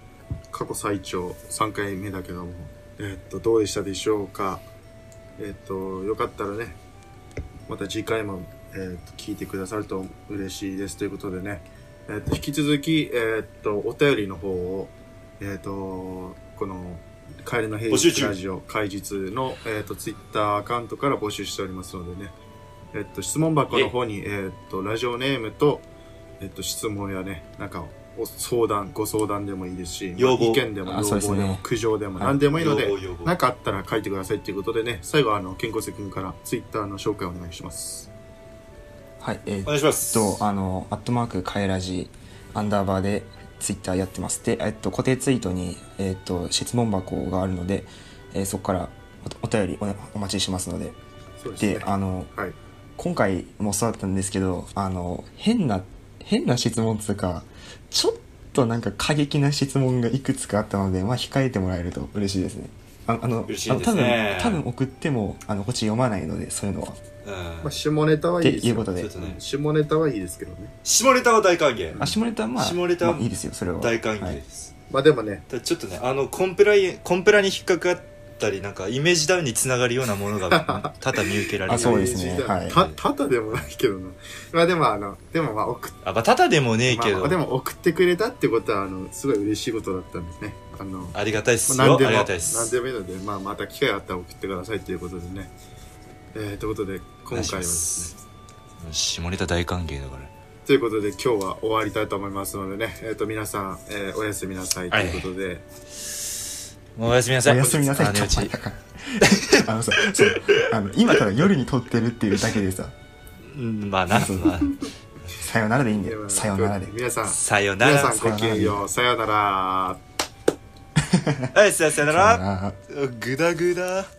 過去最長3回目だけども、えっと、どうでしたでしょうか。えっと、よかったらね、また次回も、えっと、聞いてくださると嬉しいですということでね、えっと、引き続き、えっと、お便りの方を、えっと、この、帰りの平募集日中ラジオ、開日の、えっと、ツイッターアカウントから募集しておりますのでね、えっと、質問箱の方に、えっと、ラジオネームと、えっと、質問やね、なんか、お相談、ご相談でもいいですし、要意望見でも要あそ望うですでねも苦情でもはい何でもいいので要望要望、何かあったら書いてくださいということでね、最後はあの、健康瀬君からツイッターの紹介お願いします。あはいえーお願いしますとあのアットマークカエラジアンダーバーでツイッターやってますで、えっと、固定ツイートに、えっと、質問箱があるので、えーそこからおお便りおお待ちしてますのでそうですねで。あのはい。今回もそうだったんですけどあの変な変な質問っつうかちょっとなんか過激な質問がいくつかあったので、まあ、控えてもらえると嬉しいですねああの嬉しいですねあの多分多分送ってもあのこっち読まないのでそういうのはうんまあ、下ネタはいいでってすいようことでちょっとね下ネタはいいですけどね。下ネタは大歓迎あ下ネタはまあ下ネタはまあいいですよそれは大歓は迎いです、まあでもね、ただちょっとねあのコンプライコンプラに引っかかったりなんかイメージダウンにつながるようなものが多々見受けられるあそうですねはいた、ただでもないけどな。まあでもあの、でもまあ送っあまあ多々でもねえけど、まあ、でも送ってくれたってことは、あの、すごい嬉しいことだったんですね。あの、まありがたいっあすよ何あでりも、がたい何っすでもいいので、まあまた機会あったら送ってくださいということでね。えー、ということで、今回はですね、下ネタ大歓迎だからということで今日は終わりたいと思いますのでね、えっ、と皆さん、えーおやすみなさいということで、おやすみなさいおやすみなさいあ寝落ちちょっと待ってあのさそうあの今から夜に撮ってるっていうだけでさうんまあな、まあ、さよならでいいんだでよはさよならで皆さん、さよな皆らさんごきげんよう、さよなら。はいさよなさよなららグダグダ